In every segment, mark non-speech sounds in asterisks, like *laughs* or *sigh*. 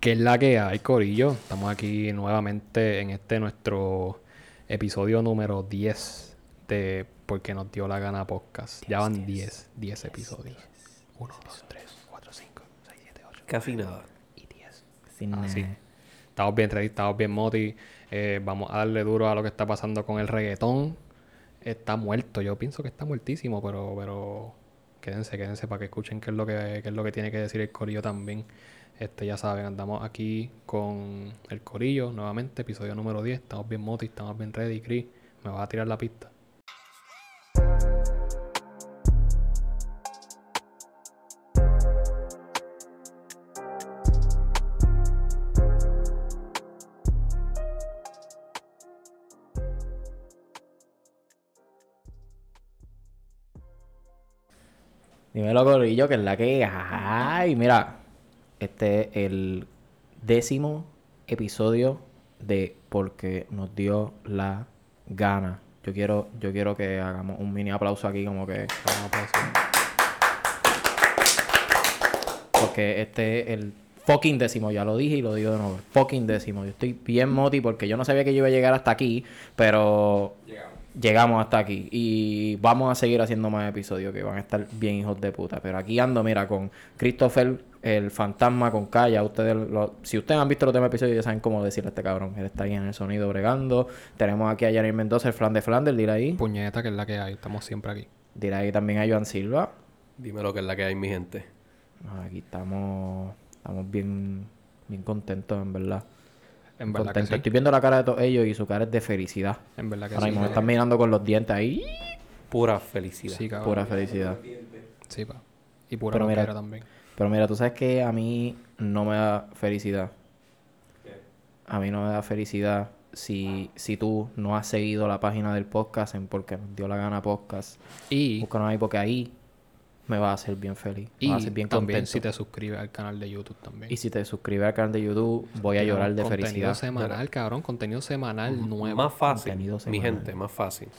Que es la que hay, Corillo? Estamos aquí nuevamente en este nuestro episodio número 10 de Porque nos dio la gana podcast. ya van 10, 10, episodios. 1, 2, 3, 4, 5, 6, 7, 8. Casi nada. Y 10. Sin nada. Así. Eh, Estamos bien, Freddy, estamos bien, Moti. Eh, vamos a darle duro a lo que está pasando con el reggaetón. Está muerto, yo pienso que está muertísimo, pero, pero quédense, quédense para que escuchen qué es lo que, qué es lo que tiene que decir el corillo también. Este, ya saben, andamos aquí con el corillo nuevamente, episodio número 10. Estamos bien, Moti, estamos bien, Ready, Chris. Me vas a tirar la pista. Dímelo, Corillo, que es la que hay. Mira, este es el décimo episodio de Porque nos dio la gana. Yo quiero, yo quiero que hagamos un mini aplauso aquí, como que. Vamos a pasar. Porque este es el fucking décimo, ya lo dije y lo digo de nuevo. Fucking décimo. Yo estoy bien moti porque yo no sabía que yo iba a llegar hasta aquí, pero llegamos, hasta aquí. Y vamos a seguir haciendo más episodios que van a estar bien hijos de puta. Pero aquí ando, mira, con Christopher, el fantasma con Calla. Ustedes lo- si ustedes han visto los demás episodios, ya saben cómo decirle a este cabrón. Él está ahí en el sonido bregando. Tenemos aquí a Janine Mendoza, el flan de Flanders, dile ahí. Puñeta, que es la que hay. Estamos siempre aquí. Dile ahí también a Joan Silva. Dime lo que es la que hay, mi gente. Aquí estamos, estamos bien, bien contentos, en verdad. En verdad Contento. que Estoy sí. viendo la cara de todos ellos y su cara es de felicidad. En verdad que Ahora sí. mismo me están mirando con los dientes ahí. Pura felicidad. Sí, cabrón. Pura felicidad. Sí, pa. Y pura Pero mira- loquera también. Pero mira, tú sabes que a mí no me da felicidad. A mí no me da felicidad si, si tú no has seguido la página del podcast en Porque nos dio la gana podcast. Y, Búscanos ahí porque ahí me va a hacer bien feliz. Me va a y hacer bien también contento. si te suscribes al canal de YouTube también. Y si te suscribes al canal de YouTube, voy a Tenemos llorar de contenido felicidad. semanal, cabrón. Contenido semanal nuevo. Más fácil, Contenido mi semanal. gente, más fácil.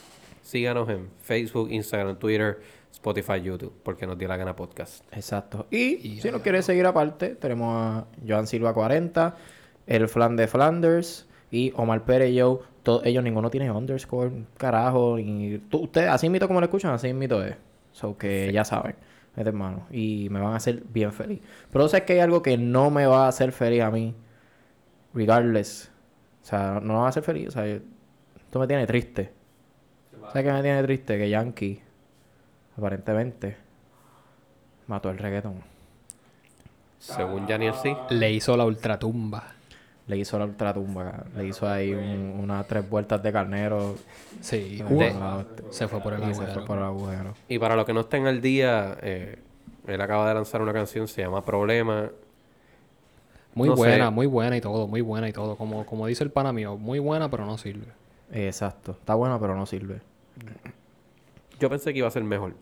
Síganos en Facebook, Instagram, Twitter, Spotify, YouTube, porque nos dio la gana podcast. Exacto. Y, si nos quieres seguir aparte, tenemos a Joan Silva 40, el Flan de Flanders y Omar Pérez y yo. Todos ellos, ninguno tiene underscore, carajo. Y tú, ustedes, así mito como lo escuchan, así mito es. So que ya saben, es de hermano. Y me van a hacer bien feliz. Pero sé que hay algo que no me va a hacer feliz a mí. Regardless. O sea, no me va a hacer feliz. O sea, yo- esto me tiene triste. ¿Sabes qué me tiene triste? Que Yankee, aparentemente, mató el reggaetón. Según Janiel, sí. Le hizo la ultratumba. Le hizo la ultratumba, cabrón. le hizo ahí un- unas tres vueltas de carnero Sí. Ah, de- ah, se fue por el y se agujero. fue por el agujero. Y para los que no estén al día, eh, él acaba de lanzar una canción, se llama Problema. Muy No sé. buena, muy buena y todo, muy buena y todo. Como, como dice el pana mío, muy buena pero no sirve. Exacto. Está bueno, pero no sirve. Yo pensé que iba a ser mejor.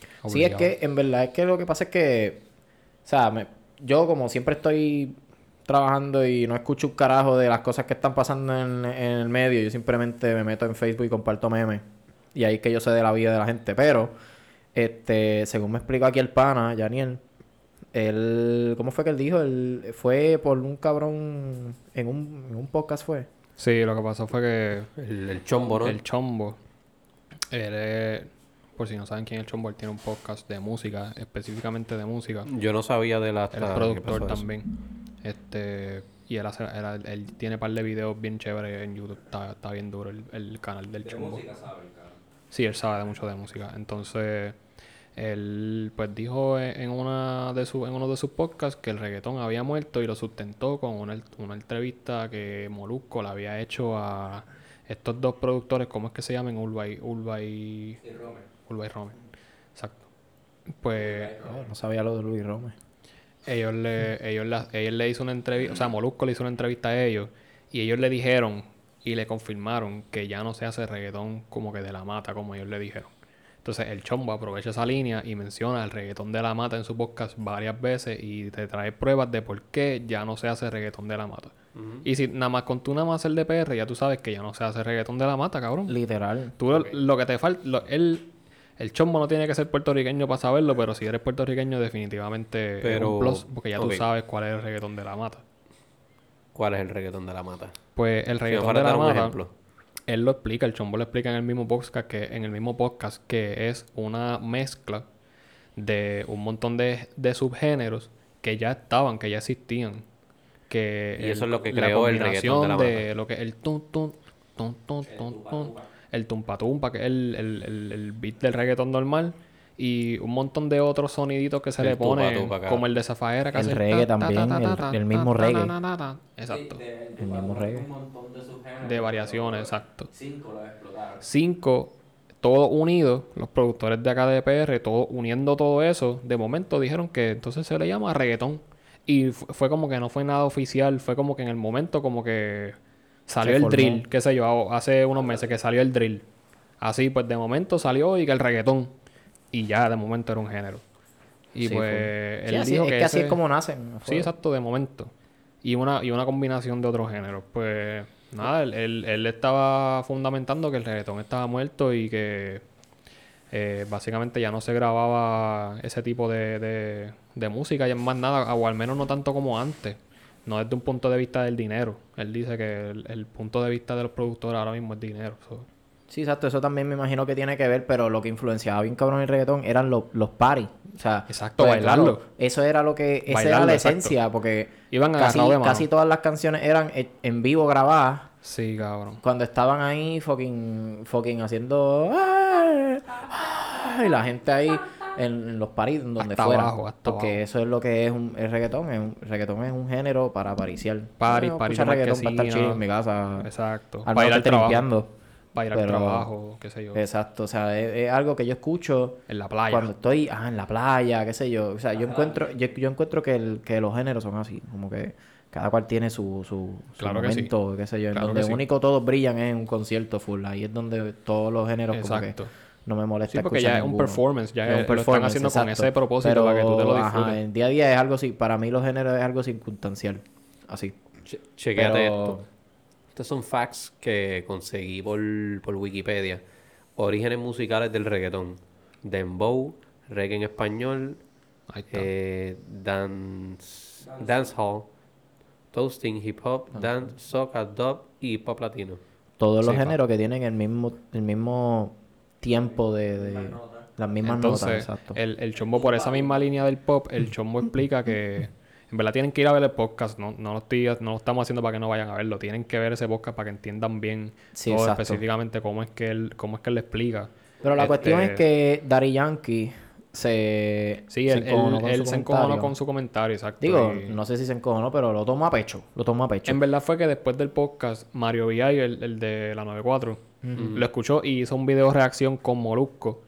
Sí, es Obligado. que en verdad es que lo que pasa es que, o sea, me- yo como siempre estoy trabajando y no escucho un carajo de las cosas que están pasando en, en el medio, yo simplemente me meto en Facebook y comparto memes. Y ahí es que yo sé de la vida de la gente. Pero, este, según me explicó aquí el pana, Janiel, él, ¿cómo fue que él dijo? Él fue por un cabrón, en un, en un podcast fue. Sí, lo que pasó fue que El, el chombo, ¿no? el Chombo, él es- por si no saben quién es el Chombo, él tiene un podcast de música, específicamente de música. Yo no sabía de la... Él hasta es que productor pasó eso. también. Este, y él, hace, él, él tiene par de videos bien chéveres en YouTube. Está, está bien duro el, el canal del Chombo. Sí, él sabe de mucho de música. Entonces, él pues dijo en, en una de su, en uno de sus podcasts que el reggaetón había muerto y lo sustentó con una, ent- una entrevista que Molusco le había hecho a estos dos productores, ¿cómo es que se llaman? Urba y, Urba y... Urba y Romer. Exacto. Pues Oh, no sabía lo de Luis Rome. ellos le, ellos la- ellos le hizo una entrevista, o sea, Molusco le hizo una entrevista a ellos y ellos le dijeron y le confirmaron que ya no se hace reggaetón como que de la mata, como ellos le dijeron. Entonces el chombo aprovecha esa línea y menciona el reggaetón de la mata en su podcast varias veces y te trae pruebas de por qué ya no se hace reggaetón de la mata. Y si nada más con tú nada más el de PR, ya tú sabes que ya no se hace reggaetón de la mata, cabrón. Literal. Tú lo- lo que te falta, lo- el, el chombo no tiene que ser puertorriqueño para saberlo, pero si eres puertorriqueño definitivamente es Pero- un plus, porque ya ok. tú sabes cuál es el reggaetón de la mata. ¿Cuál es el reggaetón de la mata? Pues el Si me reggaetón fuera de la a dar un mata, ejemplo. él lo explica, el chombo lo explica en el mismo podcast que, en el mismo podcast que es una mezcla de un montón de, de subgéneros que ya estaban, que ya existían. Que Y el- eso es lo que la creó el reggaetón de la combinación lo que el tun tun tun tun tun, tun, el tumpa tumpa, que es el, el- el- el beat del reggaetón normal y un montón de otros soniditos que se El le tumpa ponen tumpa, cara. como el de Zafaera que El hace reggae ta, ta, ta, también, ta, el- ta, el ta, mismo ta, reggae. na, na, na, na. Exacto. El mismo reggae. De variaciones, exacto. Cinco las explotaron. cinco, todos unidos, los productores de acá de PR, todos uniendo todo eso, de momento dijeron que entonces se le llama reggaetón. Y fu- fue como que no fue nada oficial, fue como que en el momento como que salió Se el formó. drill, qué sé yo, a- hace unos meses que salió el drill. Así pues de momento salió y que el reggaetón. Y ya de momento era un género. Y Sí, pues fue. él Sí, así- dijo es que que así ese- es como nacen. Sí, exacto, de momento. Y una, y una combinación de otros géneros. Pues nada, él, él- él estaba fundamentando que el reggaetón estaba muerto y que eh, básicamente ya no se grababa ese tipo de, de, de música, y es más nada, o al menos no tanto como antes. No desde un punto de vista del dinero. Él dice que el, el punto de vista de los productores ahora mismo es dinero. so. Sí, exacto. Eso también me imagino que tiene que ver, pero lo que influenciaba bien cabrón el reggaetón eran los, los parties. O sea, Exacto, bailarlo. eso era lo que... Esa era Bailarlo, la exacto. esencia, porque Iban casi, agarrados de mano. casi todas las canciones eran e- en vivo grabadas. Sí, cabrón. Cuando estaban ahí fucking, fucking haciendo... "Ay, ay", Y la gente ahí en, en los parties, donde Hasta fuera. abajo, hasta porque abajo. eso es lo que es un, el reggaetón. Es un, el reggaetón es un género para pariciar. Party, Yo party escucho de reggaetón para estar marquesina. chill en mi casa. Exacto. Al Para ir al menos que esté trabajo. limpiando. Para ir al pero- trabajo, qué sé yo. Exacto, o sea, es, es algo que yo escucho En la playa. cuando estoy ah, en la playa, qué sé yo. O sea, yo encuentro, yo, yo encuentro que, el- que los géneros son así, como que cada cual tiene su, su, su Claro que sí. momento, qué sé yo. En Claro donde que sí. único todos brillan es en un concierto full. Ahí es donde todos los géneros como que Exacto. no me molesta Sí, porque escuchar ya es un ninguno. performance, ya Es un lo están performance, haciendo con exacto. ese propósito Pero, para que tú te lo ajá, disfrutes. en día a día es algo así, para mí los géneros es algo circunstancial, así. Che- chequéate Pero- esto. Estos son facts que conseguí por, por Wikipedia. Orígenes musicales del reggaetón. Dembow, reggae en español, Ahí está. eh, dance, dancehall, toasting, hip hop, dance, soca, dub y pop latino. Todos los Sí, géneros que tienen el mismo, el mismo tiempo de, de- las mismas notas, Entonces, eh, exacto. el, el chombo, por esa misma línea del pop, el chombo explica que en verdad tienen que ir a ver el podcast. No, no, lo estoy- no lo estamos haciendo para que no vayan a verlo. Tienen que ver ese podcast para que entiendan bien Sí, todo exacto. específicamente cómo es que él, cómo es que él le explica. Pero la Este, cuestión es que Daddy Yankee se. Sí, él él- él se encojonó, con, su comentario, comentario. exacto. Digo, y- no sé si se encojonó, pero lo tomó a pecho. Lo tomó a pecho. En verdad fue que después del podcast, Mario Villallo, el, el de la 94, lo escuchó y hizo un video reacción con Molusco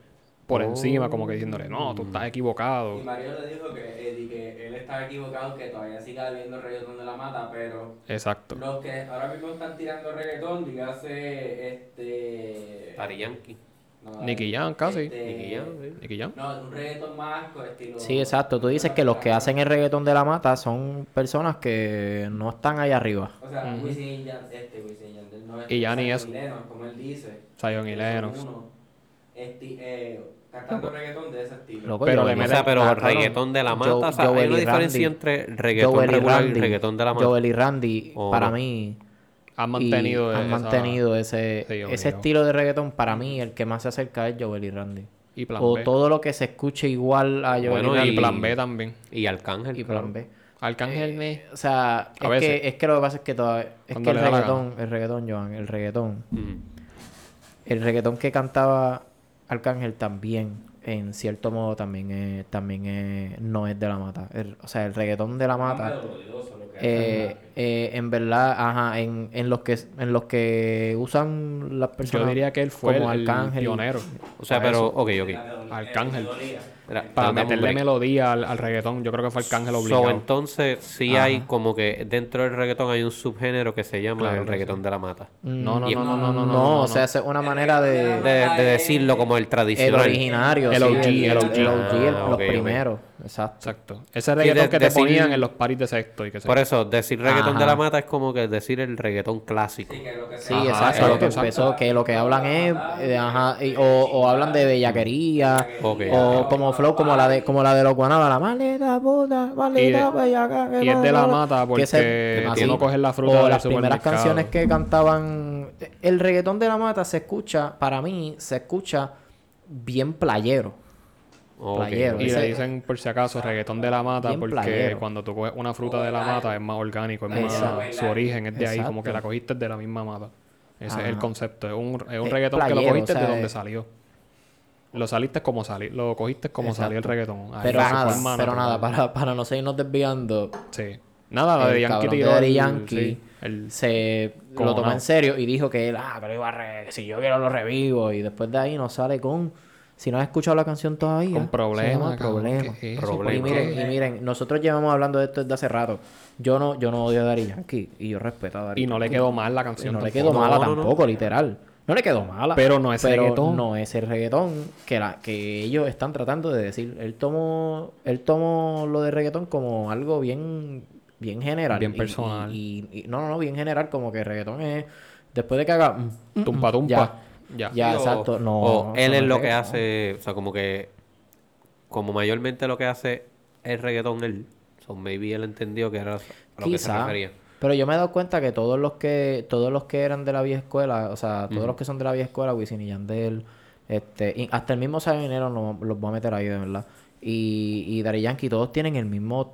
por encima, como que diciéndole, no, Oh. tú estás equivocado. Y Mario le dijo que, Eddie, que él estaba equivocado, que todavía siga viendo reggaetón de la mata, pero Exacto. los que ahora mismo están tirando reggaetón, dígase este. Daddy Yankee. No, Nicky Jam, casi. este, Nicky Jam, sí. Nicky Jam. No, un reggaetón más con estilo. Sí, exacto. Tú dices que los que hacen el reggaetón de la mata son personas que no están ahí arriba. O sea, Wisin y Yan- este Wisin y Yandel no es. Y ya ni Zion eso. Lennox, como él dice. Zion y Son Lennox. uno, esti- eh, cantando reggaetón de ese estilo. Loco, Pero Joel- le O meten- sea, pero Ah, el cabrón. reggaetón de la Jo- mata. o sea, hay Joel una y diferencia Randy. entre reggaetón Joel y regular y Randy. reggaetón de la mata. Joel y Randy, Oh. para mí. Han y mantenido, han esa- mantenido ese, Sí, obligado. ese estilo de reggaetón. Para mí, el que más se acerca es Joel y Randy. Y plan o B. todo lo que se escuche igual a Joel Bueno, y Randy. Y plan B también. Y Arcángel. y claro. plan B. Eh, Arcángel me- O sea, A es veces. que, es que lo que pasa es que toda- es Cuando que el le da la reggaetón, el reggaetón, Joan, el reggaetón, Mm. el reggaetón que cantaba Arcángel también, en cierto modo, también es, también es- no es de la mata. El- o sea, el reggaetón de la mata, melodioso lo que eh, eh, en verdad, ajá, en, en los que en los que usan las personas. Yo diría que él fue el, como el Arcángel. pionero. O sea, pero, ok, ok. hace. Arcángel. Mira, Para dame un meterle break. melodía al, al reggaetón, yo creo que fue Arcángel So, obligado. entonces, sí hay como que dentro del reggaetón hay un subgénero que se llama el reggaetón de la mata. Mm. no, no, y- no, no, no, no, no, No, no, o sea, no. esa es una manera de. De, de decirlo como el El tradicional. originario. El sí, OG, el el OG. OG, Ah, los ok, ok. primeros. Exacto. Exacto. Ese de- reggaetón que te decir- ponían en los paris de sexto y que se Por eso, decir reggaetón Ajá. de la mata es como que decir el reggaetón clásico. Sí, que lo que Sí, Ajá, exacto. exacto, que exacto. empezó que lo que hablan es, eh, ajá, y- o, o hablan de bellaquería, Ok. o como flow, como la de, como la de los guanabas, la maleta, boda, maleta, Y- bellaca, que y es de la mata que ese- porque así. tú no coges la fruta O del las primeras supermercado. canciones que cantaban, el reggaetón de la mata se escucha, para mí, se escucha bien playero. Ok. Playero. Y Ese- le dicen, por si acaso, reggaetón de la mata, Bien porque playero. cuando tú coges una fruta de la mata es más orgánico, es Exacto. más, su origen es de ahí, como que Exacto. la cogiste de la misma mata. Ese es el Ajá. concepto, es un, es un Es reggaetón que lo playero, cogiste o sea, eh. de donde es- salió. Lo saliste como sali, lo cogiste como salió el Exacto. reggaetón. Ahí, Pero eso fue nada, en mano, pero total. nada, para, para no seguirnos desviando, Sí. Nada, la El de Yankee cabrón de tiró Daddy el- Yankee. sí, el- se Como lo toma no. en serio y dijo que él, ah, pero iba a re- si yo quiero lo revivo. Y después de ahí nos sale con. Si no has escuchado la canción todavía. con problemas, cabrón, ¿qué problemas. es eso? Problema. ¿Por Y qué? miren, y miren, nosotros llevamos hablando de esto desde hace rato. Yo no, yo no odio a Dari Yankee y yo respeto a Dari Y no le Yankee. quedó mal la Y canción. no le tampoco. quedó mala No, no, no. tampoco, literal. No le quedó mala. Pero no es reggaetón. No es el reggaetón que, la, que ellos están tratando de decir. Él tomó, él tomó lo de reggaetón como algo bien, bien general. Bien Y- personal. Y, y- y- no, no, no, bien general, como que reggaetón es. Después de que haga. mm, *laughs* mm, Tumpa, mm, tumpa. Ya. Ya, ya, Sí, o- exacto. No. O eso él no es lo que reggaetón. hace, o sea, como que, como mayormente lo que hace es reggaetón él. So, maybe él entendió que era a lo que se Quizá. refería. Pero yo me he dado cuenta que todos los que todos los que eran de la vieja escuela, o sea, todos los que son de la vieja escuela, Wisin y Yandel, este, y hasta el mismo Sabinero no, los voy a meter ahí, de verdad. Y, y Daddy Yankee, todos tienen el mismo,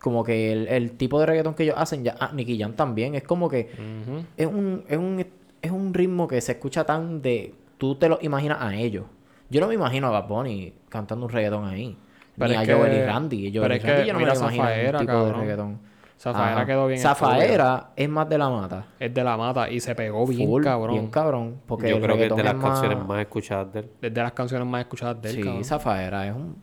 como que el, el tipo de reggaetón que ellos hacen, ya, ah, Nicky Jam también, es como que Ujú. es un, es un, es un ritmo que se escucha tan de, tú te lo imaginas a ellos. Yo no me imagino a Bad Bunny cantando un reggaetón ahí. Pero Ni es a que- Joel y Randy. Joel pero y es que Randy yo no me mira lo imagino en Zafaera, un tipo de cabrón. reggaetón. Zafaera Ajá. quedó bien. estúpida. Zafaera es más de la mata. Es de la mata y se pegó bien, Full, cabrón. Bien cabrón. Porque Yo el creo que es reggaetón de las es canciones más escuchadas de él. Es de las canciones más escuchadas de él, Sí, cabrón. Zafaera es un,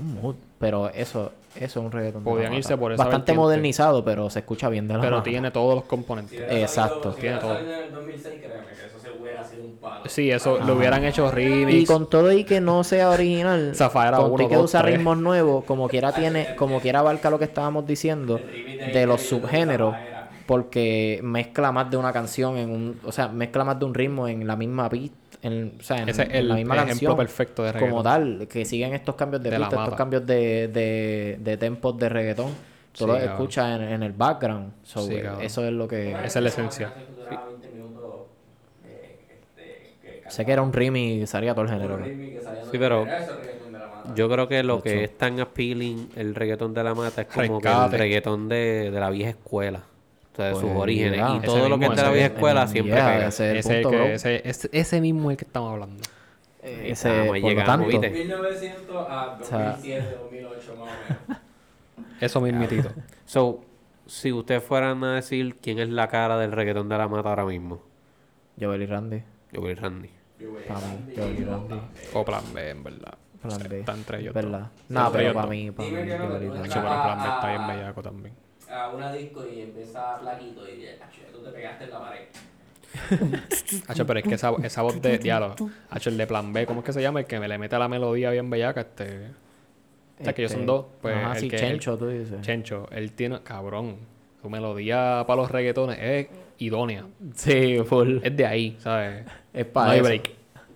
un mood. Pero eso, eso es un reggaetón. de la Podían mata. irse por esa Bastante vertiente. modernizado, pero se escucha bien de la Pero mata. tiene todos los Si componentes. hubiera salido- Exacto. Si Tiene hubiera todo. salido en el 2006, créeme que eso se hubiera sido un palo. Sí, eso Ajá. lo hubieran hecho Ah. Y remix. con todo y que no sea original, *laughs* Zafaera con todo y uno, que dos, usa tres. ritmos nuevos, como quiera tiene, como quiera abarca lo que estábamos diciendo de los subgéneros, porque mezcla más de una canción en un, o sea, mezcla más de un ritmo en la misma beat, en, o sea, en, Ese es en el la misma ejemplo canción. perfecto de reggaetón. como tal, que siguen estos cambios de, De la pista, estos mata. cambios de, de, de tempos de reggaetón. Tú Sí, los cabrón. escuchas en, en el background. So, Sí, eh, cabrón. eso es lo que. Esa es la esencia. eh, este, Sé que era un remix, salía todo el género. Sí, pero Yo creo que lo que es tan appealing el reggaetón de la mata es como que Rescate. el reggaetón de, de la vieja escuela. O sea, de sus Pues, orígenes. ya. Y Ese todo lo que mismo, es de la ese vieja mismo. escuela siempre Yeah, pega. ese- el Ese, punto, que- bro. ese, ese- ese mismo es el que estamos hablando. Eh, Ese, Ah, por ahí lo llegamos, tanto, ¿viste? 1900 a sea- 2007, 2008 más o menos. Eso *laughs* mismitito. So, si ustedes fueran a decir quién es la cara del reggaetón de la mata ahora mismo, Joel y Randy. yo voy Randy. Yo voy a Para mí, Joel y Randy. o plan B, en verdad. Plan B. Está entre ellos. dos. ¿Verdad? No, entre pero ellos para dos. mí, para mí, Dime que no, Joel y tú Randy. eres Nacho, pero plan B está bien bellaco también. a una disco y empieza a plaquito y dice, "Acho, tú te pegaste en la pared. Hacho, pero es que esa, esa voz de diálogo. Hacho, el de plan B, ¿cómo es que se llama? El que me le mete la melodía bien bellaca. Este. O sea, que ellos son Este, dos. Pues, ajá, el sí, que- el- Chencho, tú dices. Chencho, él tiene, cabrón, su melodía para los reggaetones es idónea. Sí, full. Es de ahí, ¿sabes? Es no para hay eso. break.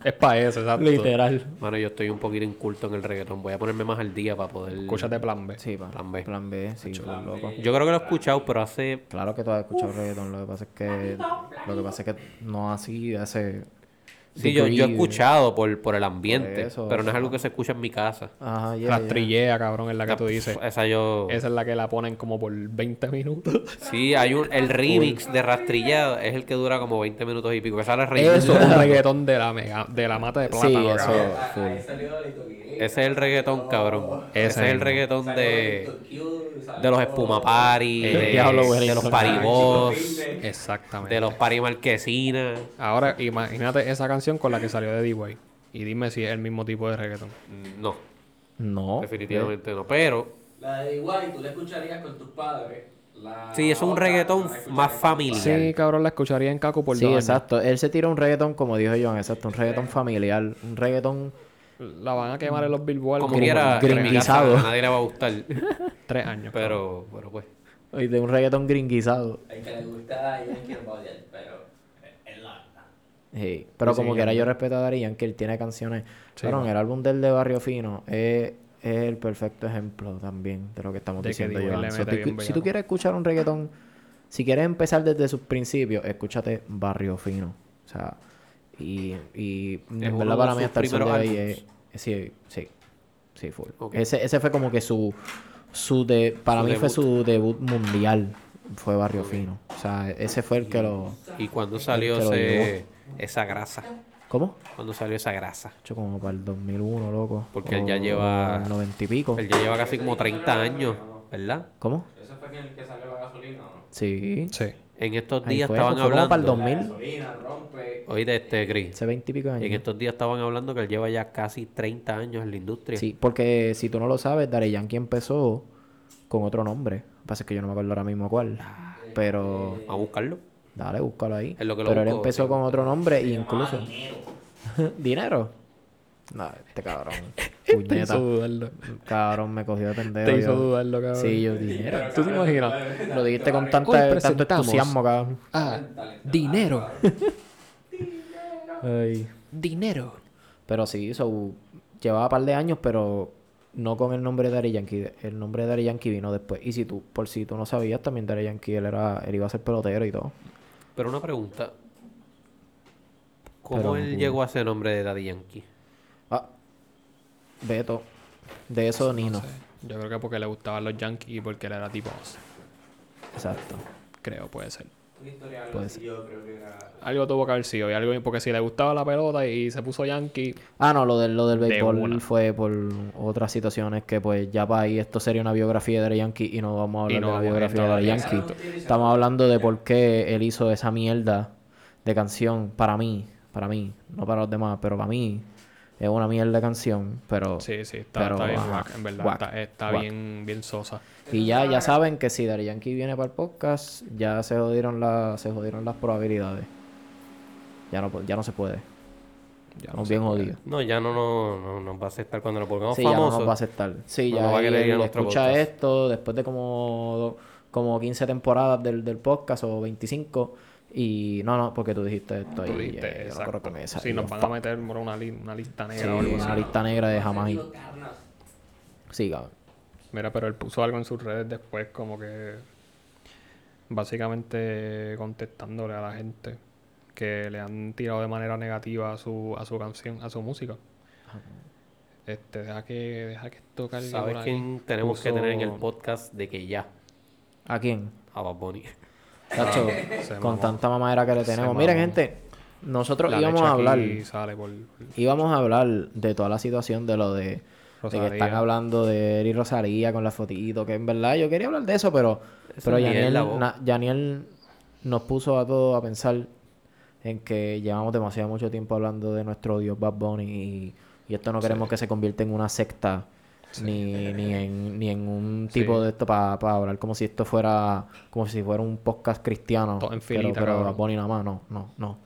Es para eso, exacto. Literal. Mano, yo estoy un poquito inculto en el reggaetón. Voy a ponerme más al día para poder. Escúchate plan B. Sí, pa. Plan B. Plan B, sí, full loco. Yo creo que lo he escuchado, pero hace. Claro que tú has escuchado reggaetón, lo que pasa es que... Lo que pasa es que no así hace... Sí, yo, yo he degree. escuchado por, por el ambiente, Por eso, pero no es algo que se escucha en mi casa. Ajá, ya, Las ya. trillea, cabrón, es la que tú dices. Esa yo. Esa es la que la ponen como por 20 *laughs* minutos. Sí, hay un. El remix de rastrillado es el que dura como 20 minutos y pico. Que sale rey. Eso es un reggaetón de la, mega, de la mata de plátano, Sí, eso. cabrón. A- full. Ahí salió Lito Kirin. Ese es el reggaetón, cabrón. Ese, es el mismo. reggaetón Salió de, Lito Kirin, salió- de los espumaparis, El de, diablo, güey. de los Chico paribos, Filter. Exactamente. de los parimarquesinas. Ahora, imagínate esa canción con la que salió de D-Way. Y dime si es el mismo tipo de reggaetón. No, No. definitivamente no. Pero La de igual, tú la escucharías con tus padres. La sí, es un otra, reggaetón no la escucharías más con tus familiar. padres. Sí, cabrón, la escucharía en Caco por Sí, dos años. exacto. Él se tira un reggaetón, como dijo Joan, exacto. Un reggaetón familiar. Un reggaetón la van a quemar en los billboards. Como por quiera, en mi gringuizado. casa nadie le va a gustar. Tres años. Pero, pero pues. Y eh, de un reggaetón gringuizado. El que le gusta a Yankee es Bodial, pero eh, es la verdad. Sí, pero Sí, como sí, quiera Yankee. yo respeto a Daddy Yankee, él tiene canciones. Sí, Claro, bueno. el álbum del de Barrio Fino es, es el perfecto ejemplo también de lo que estamos De que diciendo. D.Y. Joan. le So, mete tú- bien si tú bellaco. quieres escuchar un reggaetón, si quieres empezar desde sus principios, escúchate Barrio Fino. O sea, y, y en uno verdad de para mí sus hasta el sol de primeros hoy álbums. es- Sí, sí, sí, full. Ok. Ese, ese fue como que su... su de, para Su mí fue debut. su debut mundial. Fue Barrio Ok. Fino. O sea, ese fue el que lo... ¿Y cuando salió Te lo ese, esa grasa? ¿Cómo? Cuando salió esa grasa? hecho como para el 2001, loco. Porque él ya lleva- el 90 y pico. Él Pues ya lleva casi como 30 años, ¿verdad? ¿Cómo? ¿Eso fue el que salió la gasolina o no? Sí. Sí. En estos Ahí días fue, estaban fue como para el hablando. 2000. Gasolina, rompe. Oíste, este, Chris. Hace 20 y pico de En años. estos días estaban hablando que él lleva ya casi 30 años en la industria. Sí, porque si tú no lo sabes, Daddy Yankee empezó con otro nombre. Lo que pasa es que yo no me acuerdo ahora mismo cuál. Pero Vamos a buscarlo. dale, búscalo ahí. Ah, eh. Es lo que lo Pero él busco, empezó sí. con otro nombre e Se llamaba incluso... Dinero. *laughs* ¿Dinero? No, *laughs* este cabrón. Puñeta. dudarlo. Cabrón, me cogió de pendejo. Te hizo yo. dudarlo, cabrón. Sí, yo dinero. Pero, ¿Tú te cabrón, imaginas? pero- Lo dijiste con Hoy tanta, tanto presentamos- entusiasmo, cabrón. Ah, *laughs* dinero. Ay. Dinero. Pero sí, so, llevaba un par de años, pero no con el nombre de Daddy Yankee. El nombre de Daddy Yankee vino después. Y si tú, por si tú no sabías, también Daddy Yankee, él, era, él iba a ser pelotero y todo. Pero una pregunta. Pero ¿Cómo no él pudo. llegó a ese nombre de Daddy Yankee? Ah, Beto. De eso Nino. Yo creo que porque le gustaban los Yankees y porque él era tipo Oz. Exacto. Creo, puede ser. Un historial Pues Puede así, yo creo que era. Algo tuvo que haber sido. Y algo, porque si le gustaba la pelota y se puso Yankee, Ah, no, lo del, lo del De béisbol una. fue por otras situaciones que pues ya para ahí esto sería una biografía de Daddy Yankee y no vamos a Y hablar no vamos de la a biografía de entrar Daddy a Yankee. eso. Estamos hablando de por qué él hizo esa mierda de canción para mí, para mí, no para los demás, pero para mí es una mierda de canción, pero sí, sí, está, Pero, está bien ajá, whack, en verdad. whack, está está whack. bien, bien sosa. y ya ya saben que si Daddy Yankee viene para el podcast, ya se jodieron las se jodieron las probabilidades. Ya no po- ya no se puede. Ya Estamos sé. bien jodidos. No, ya no, no, no nos va a aceptar cuando lo pongamos Sí, ya no famoso. nos va a aceptar. Sí, No ya nos va a querer él ir a nuestro escucha podcast. esto después de como, como 15 temporadas del, del podcast o 25. Y no, no, porque tú dijiste esto. Tú y, dijiste, eh, yo no exacto. corro con esa. Sí, Y nos yo, van a fuck. meter por una, li- una lista negra Sí, o algo así. una lista negra de jamás ir. Carlos, Sí, cabrón. Mira, pero él puso algo en sus redes después, como que básicamente contestándole a la gente que le han tirado de manera negativa a su, a su canción, a su música. Este, deja que, deja que esto cargue ¿Sabes por ahí. quién tenemos que Puso- tener en el podcast de que ya? ¿A quién? A Bad Bunny. Tacho, Ah, Se con mamó. tanta mamadera que le tenemos. mamó. Miren, gente, nosotros La íbamos leche a hablar. aquí sale por- por- Íbamos a hablar de toda la situación de lo de, de que Rosalía. están hablando de Eri Rosalía con la fotito, que en verdad yo quería hablar de eso, pero, Esa pero mierda, Yaniel, vos. na- Yaniel nos puso a todos a pensar en que llevamos demasiado mucho tiempo hablando de nuestro dios Bad Bunny y, y esto no queremos que se convierta en una secta ni, ni, en, ni en un tipo Sí. de esto para hablar como si esto fuera como si fuera un podcast cristiano Todo en pero- filita, pero, cabrón. Bad Bunny nada más no no no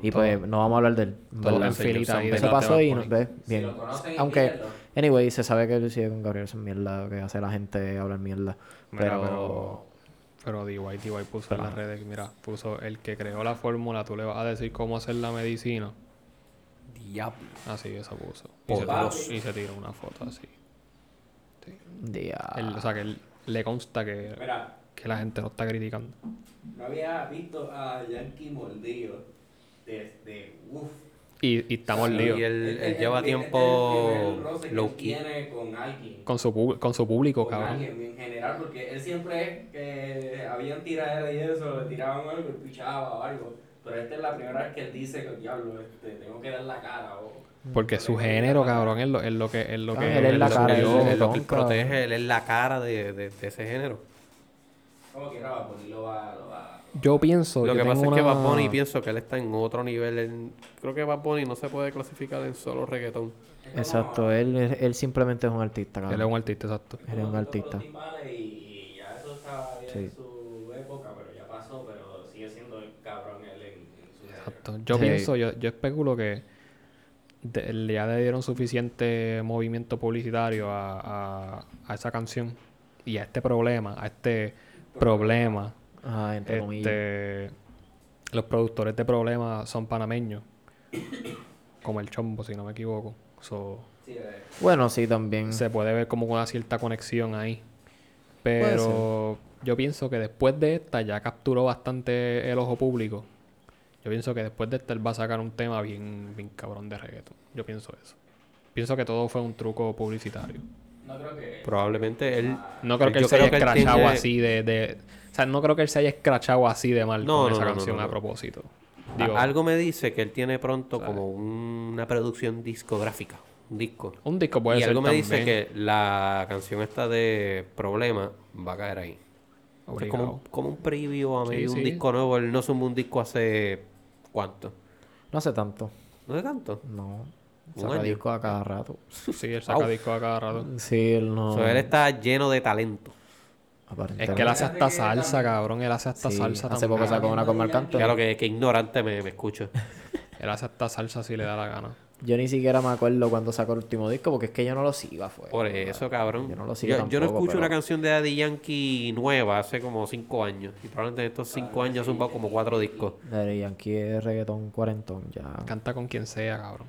y pues no vamos a hablar de él en Todo verdad. en filita ahí Eso detrás de pasó Bad y Bunny. ¿ves? Si bien. lo conocen y Aunque, pídenlo. anyway, se sabe que él sigue con Gabriel, son mierda que hace la gente hablar mierda. Mira, Pero, pero, pero DY, DY puso en las redes, mira, puso el que creó la fórmula, tú le vas a decir cómo hacer la medicina. Diablo. Así, esa puso. Y se, tiró, Poderoso. y se tiró una foto así. dia- Él- Ah. o sea, que él- le consta que, Mira, que la gente lo está criticando. no había visto a Yankee mordido desde. Uf. Y, y está mordido. Y él, Este él es lleva el- este es el tiempo primer roce que él low key. tiene con alguien. Con su, pub- con su público, con cabrón. alguien en general, porque él siempre que habían tiradera y eso, le tiraban algo y pichaba o algo. Pero esta es la primera vez que él dice que diablo, este, tengo que dar la cara. O... Porque su género, cabrón, es lo, es lo que... Es lo Ah, que él es la lo cara, que él yo- es Él el- lo que él tonto. protege, él es la cara de, de- de ese género. Como quiera, va a ponerlo, va, pues, lo va. Yo pienso... Lo yo que pasa tengo es que una- Bad Bunny pienso que él está en otro nivel. en- Creo que Bad Bunny no se puede clasificar en solo reggaetón. exacto, él, él simplemente es un artista, Él es cabrón. un artista, exacto. Él es un Como tocó artista. los timbales Y ya eso estaba bien en Sí. su época, pero ya pasó, pero sigue siendo el cabrón él en, en su género. Exacto. Yo Sí. pienso, yo, yo especulo que de- ya le dieron suficiente movimiento publicitario a, a- a esa canción y a este problema, a este problema. Ah, entre comillas. Este, los productores de problemas son panameños, como el chombo, si no me equivoco. So, Sí, eh, Bueno, sí, también. se puede ver como una cierta conexión ahí. ser. Pero yo pienso que después de esta ya capturó bastante el ojo público. Yo pienso que después de esta él va a sacar un tema bien, bien cabrón de reggaeton. Yo pienso eso. Pienso que todo fue un truco publicitario. no creo que. Probablemente él. No creo que Yo él se creo haya que él escrachado tiene- así de, de- O sea, no creo que él se haya escrachado así de mal No, con no, esa no, no, canción no, a no. propósito. a- Digo, Algo me dice que él tiene pronto como una producción discográfica. Un disco. un disco puede y ser algo me dice también que la canción esta de Problema va a caer ahí. O sea, Es como, un- obligado. como un preview a Sí, medio un sí. disco nuevo. Él no sumó un disco hace. ¿Cuánto? No hace tanto. ¿No de tanto? No. Un Saca año. disco a cada rato. Sí, él saca Au. disco a cada rato. Sí, él O no. sea, él está lleno de talento. Es aparentemente. que él hace Fíjate hasta que salsa, cabrón. Él hace hasta Sí, salsa hace poco también. sacó una con Marcanto. Claro que, que ignorante me, me escucho. Él hace hasta salsa si le da la gana. Yo ni siquiera me acuerdo cuando sacó el último disco porque es que yo no lo sigo fue. Por eh, eso, cabrón. Yo no lo sigo Yo, yo no tampoco, escucho pero- una canción de Daddy Yankee nueva hace como cinco años. Y probablemente en estos cinco años son como cuatro discos. Daddy Yankee es reggaetón cuarentón ya. Canta con quien sea, cabrón.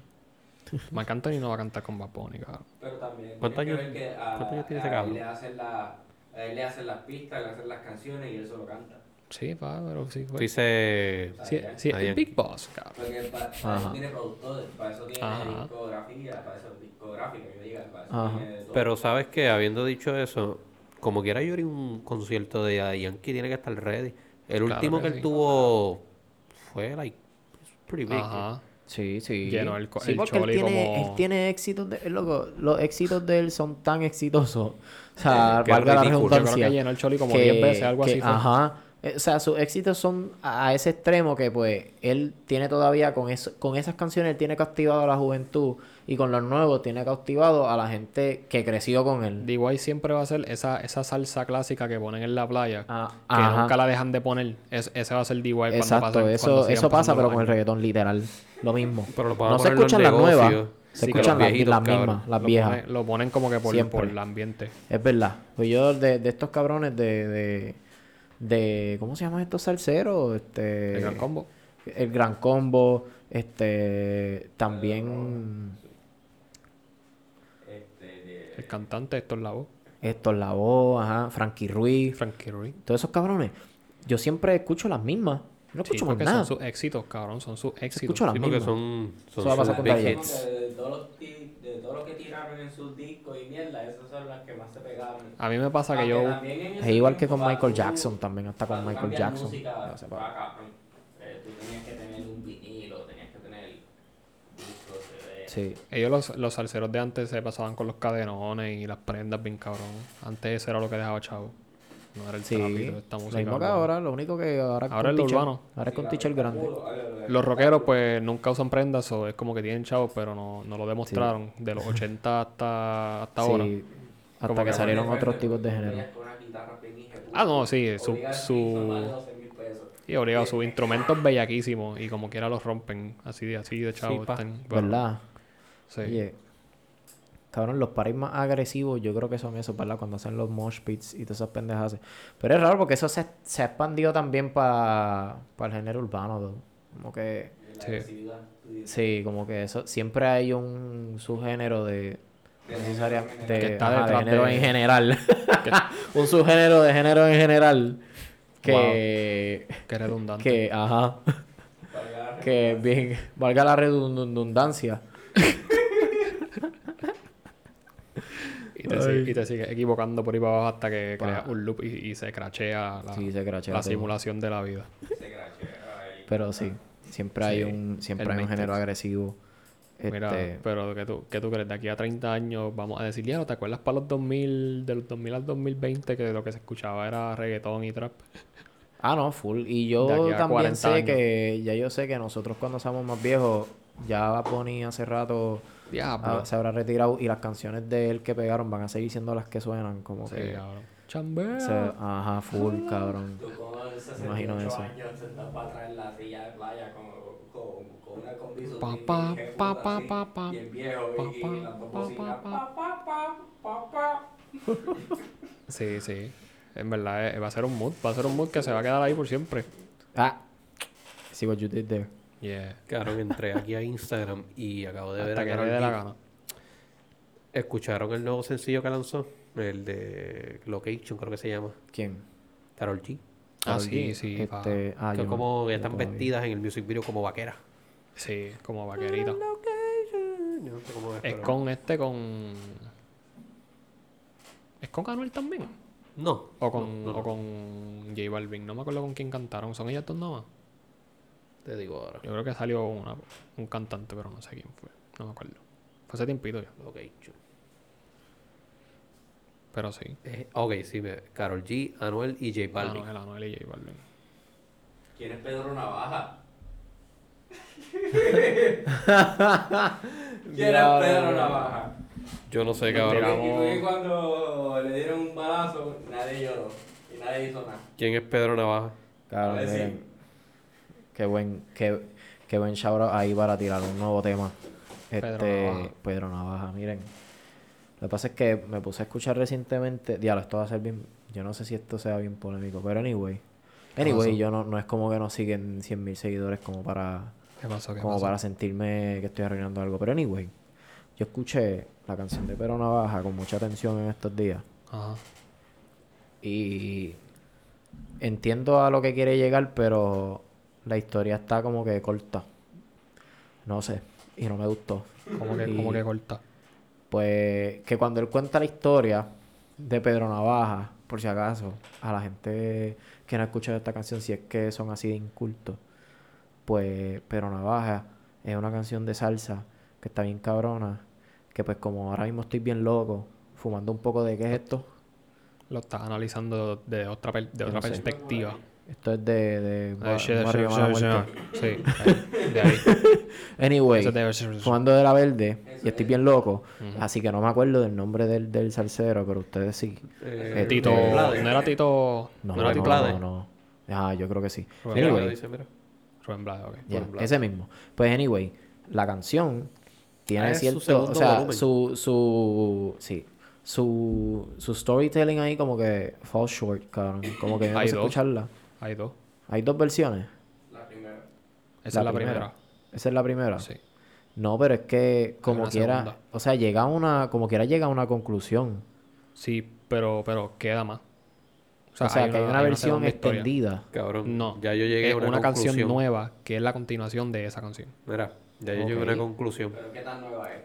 Marc Anthony no va a cantar con Bad Bunny, cabrón. Pero también. ¿Cuántos tienes años- que ver que a- cuántos años tiene ese a él cabrón? Le hacen, la, a él le hacen las pistas, le hacen las canciones y él solo canta. Sí, pa, pero sí. Tú Fue. dices. Pues Sí, sí, Daddy es Big Boss, cabrón. Porque para, para eso tiene productores, para eso tiene Ajá. discografía, para eso discográfica, que diga, para eso Ajá. tiene de todo. Pero sabes que habiendo dicho eso, como quiera yo haría un concierto de Daddy Yankee, tiene que estar ready. El Claro último que que él sí. tuvo fue like pretty big. Ajá. Sí, sí. Llenó el co- sí, el porque él choli tiene, como- él tiene éxitos de él, loco. Los éxitos de él son tan exitosos. *laughs* O sea, valga la ridículo. Yo Creo redundancia. Eh, que llenó el Choli como 10 veces, algo que- así. fue. Ajá. Eh, O sea, sus éxitos son a a ese extremo que pues él tiene todavía con eso, con esas canciones él tiene cautivado a la juventud y con los nuevos tiene cautivado a la gente que creció con él. DY siempre va a ser esa, esa salsa clásica que ponen en la playa. Ah, que ajá. nunca la dejan de poner. Es- ese va a ser DY cuando Exacto, pasen- cuando eso, sigan eso pasa pasando pero los con el años. reggaetón literal, lo mismo. Pero lo van a no se poner en los escuchan las negocios. nuevas, se Sí, que escuchan los las, viejitos, las cabrón. mismas, las Lo viejas. ponen- Lo ponen como que por, Siempre. por el ambiente. Es verdad. Pues yo de, de estos cabrones de, de, de- ¿Cómo se llaman estos salseros? Este, El Gran combo. El Gran Combo. Este. También. Este, de- El cantante, esto es la voz. Estos La Voz, ajá. Frankie Ruiz. Frankie Ruiz. Todos esos cabrones. Yo siempre escucho las mismas. No Sí, escucho más porque nada. son sus éxitos, cabrón. Son sus éxitos. Escucho las Sí, porque mismas. son, son Eso va a pasar sus con big Daddy Yankee. hits. De, de todos los ti- de todos los que tiraron en sus discos y mierda, esas son las que más se pegaron. A mí me pasa que Aunque yo... también en Es ese igual que tiempo, con para Michael tú- Jackson también. Hasta para con tú Michael cambiar Jackson. música, Ya se va. estaba cabrón. Eh, tú tenías que tener un vinilo, tenías que tener discos, CD. Sí. Ellos los, los salseros de antes se pasaban con los cadenones y las prendas bien cabrón. Antes eso era lo que dejaba chavo. No era el Sí. trapito de esta Lo música. mismo que urbana. ahora. Lo único que ahora. es Ahora con es lo teacher- urbano. Ahora es con Sí, teacher cabrón, grande. puro, algo de- Los rockeros pues nunca usan prendas o es como que tienen chavos pero no, no lo demostraron de *laughs* los 80 hasta, hasta ahora. Sí. Como Hasta que que salieron Obligado, otros tipos de género. con una guitarra bien hijeputa. Ah, no, sí, su- Obligado, su- son más de 12.000 pesos. Y obligado, sus instrumentos bellaquísimos y como quiera los rompen así de, así de chavos. pa. están- bueno, ¿Verdad? sí. Oye, cabrón, los pares más agresivos yo creo que son esos, ¿verdad? Cuando hacen los mosh pits y todas esas pendejas. Pero es raro porque eso se, se ha expandido también para el género urbano, though. Como que... La Sí. agresividad, tú dices. Sí, como que eso... Siempre hay un subgénero de... De necesaria- género en de, general. Que está ajá, de detrás género de- en general. *laughs* un subgénero de género en general. Que... Qué redundante. *laughs* Que... Ajá. Para llegar a- Que bien... Valga la redundancia. Y, te, si- y te sigues equivocando por ahí para abajo hasta que creas un loop y, y se crachea la, Sí, se crachea Ah. la todo. simulación de la vida. se crachea ahí. Pero sí, siempre hay Sí, un siempre el hay un género Matrix. agresivo. Mira, pues, Este, pero ¿qué tú, qué tú crees? De aquí a 30 años vamos a decir, ya, ¿te acuerdas para los 2000, de los 2000 al 2020 que lo que se escuchaba era reggaetón y trap? ah, no, full. Y de aquí yo a también 40 sé años. que ya yo sé que nosotros cuando somos más viejos ya Bad Bunny hace rato Diablo. ah, se habrá retirado y las canciones de él que pegaron van a seguir siendo las que suenan como Sí, que cabrón. Chambea. o sea, ajá, full, cabrón. Tú con Imagino 68 eso. años sentado para atrás en la silla de playa como, con, con una combi Pa, sutil, pa, que pa, puta pa, así, pa, pa. y el viejo Pa, y, pa, y las dos pa, bocinas, pa, pa, pa, pa, pa, pa. Sí, sí. En verdad, eh, va a ser un mood. Va a ser un mood que se va a quedar ahí por siempre. Ah. See what you did there. Yeah. Cabrón, entré aquí a Instagram y acabo de ver Hasta a que le Karol dé la G. gana. ¿Escucharon el nuevo sencillo que lanzó? El de Location, creo que se llama. ¿Quién? Carol G. Ah, Karol sí, G. sí. pa. Este, ah, que yo como no- ya yo están todavía. vestidas en el music video como vaqueras. Sí, como vaquerita. Location. Yo no sé cómo es, Es pero- con este, con. ¿Es con Anuel también? No. O con, no, no, o con J Balvin. No me acuerdo con quién cantaron. ¿Son ellas dos nomás? Te digo ahora. Yo creo que salió una, un cantante, pero no sé quién fue. No me acuerdo. Fue hace tiempito ya. Location. Pero sí. Eh, ok, sí. Carol G, Anuel y J Balvin. Anuel, Anuel y J Balvin. ¿Quién es Pedro Navaja? *laughs* ¿Quién es Diablo. Pedro Navaja? Yo no Este sé, Porque cabrón. aquí cuando le dieron un balazo, nadie lloró y nadie hizo nada. ¿Quién es Pedro Navaja? Claro, Ahora sí. miren. Qué buen, qué, qué buen shout ahí para tirar un nuevo tema. Este, Pedro Pedro Navaja. Navaja. miren. Lo que pasa es que me puse a escuchar recientemente. Diablo, esto va a ser bien. Yo no sé si esto sea bien polémico, pero anyway. pasó? Anyway, yo no, no es como que nos siguen 100.000 seguidores como para ¿Qué pasó? ¿Qué como pasó? para sentirme que estoy arruinando algo. Pero anyway, yo escuché la canción de Pedro Navaja con mucha atención en estos días. Ajá. Y entiendo a lo que quiere llegar, pero la historia está como que corta. No sé. Y no me gustó. ¿Cómo que, Y, cómo que corta? Pues que cuando él cuenta la historia de Pedro Navaja, por si acaso, a la gente que no ha escuchado esta canción, si es que son así de incultos, pues Pedro Navaja es una canción de salsa que está bien cabrona. Que pues como ahora mismo estoy bien loco, fumando un poco de qué es esto. Lo estás analizando de otra, per- de Yo otra no sé. perspectiva. Esto es de, de Ah, Bar- shit, shit, Barrio Mala shit, Muerte. shit. Sí, ahí, de *laughs* ahí. Anyway, Eso te- eso- eso- fumando de la verde Eso y estoy es. bien loco. Así que no me acuerdo del nombre del, del salsero, pero ustedes sí. Eh, Tito. eh, No Blades. era Tito. Este, No, ¿No era no, Tito no, Blades? no, no. Ah, yo creo que sí. Rubén Mira, lo Anyway, dice, mira. Rubén Blades, ok. ya, Rubén Blades. ese mismo. Pues anyway, la canción tiene Ah, es su cierto, segundo o sea, volumen. su su sí, su su storytelling ahí como que fall short, cabrón, *clears throat* como que yo no Hay sé dos. escucharla. Hay dos. Hay dos versiones. La primera. Esa es la primera. Esa es la primera. Sí. No, pero es que como una quiera, segunda. o sea, llega a una, como quiera llega a una conclusión. Sí, pero, pero queda más. O sea, que hay una, versión segunda historia. extendida. Cabrón, No. ya yo llegué es a una, una, canción conclusión. nueva que es la continuación de esa canción. Mira, ya yo llegué a Ok. una conclusión. Pero ¿qué tan nueva es?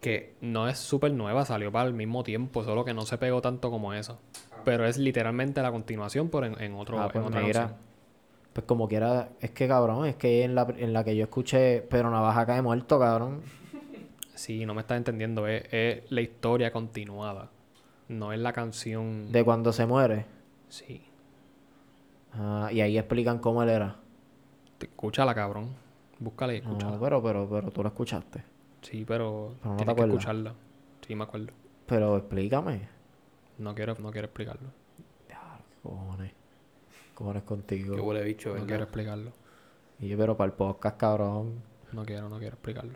Que No es súper nueva, salió para el mismo tiempo, solo que no se pegó tanto como esa. Pero es literalmente la continuación, pero en, en otro, Ah, pues en otra mira. canción. Pues como quiera, es que cabrón, es que en la, en la que yo escuché Pero Navaja cae muerto, cabrón. Sí, no me estás entendiendo. Es, es la historia continuada. No es la canción. De cuando se muere. Sí. Ah, y ahí explican cómo él era. Te- Escúchala, cabrón. Búscala y No, escúchala. pero, pero, pero tú lo escuchaste. Sí, pero Pero no te tienes que acuerdas. escucharla. Sí, me acuerdo. Pero explícame. No quiero, no quiero explicarlo. Diablo, qué cojones. Cojones que contigo. huele bicho, No ¿verdad? quiero explicarlo. Y yo, pero para el podcast, cabrón. No quiero, no quiero explicarlo.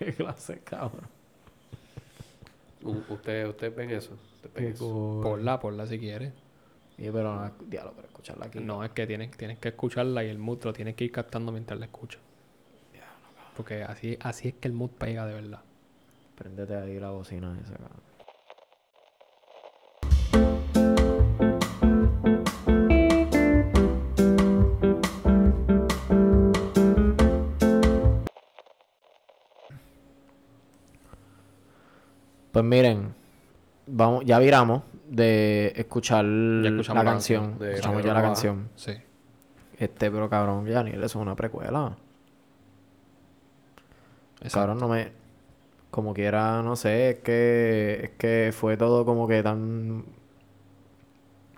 Qué clase, cabrón. U- Ustedes ustedes ven eso. ustedes ven Qué eso. cojones. Ponla, ponla si quieres. Y yo, pero no, diablo, pero escucharla aquí. No, es que tienes, tienes que escucharla y el mood lo tienes que ir captando mientras la escuchas. Porque así, así es que el mood pega de verdad. Préndete ahí la bocina esa, cabrón. Pues miren, vamos, ya viramos de escuchar Ya escuchamos la la canción. canción de Escuchamos Pedro ya la Navaja. canción. Sí. Este, pero cabrón, ya ni eso es una precuela. Exacto. Cabrón, no me. Como quiera, no sé, es que. Es que fue todo como que tan.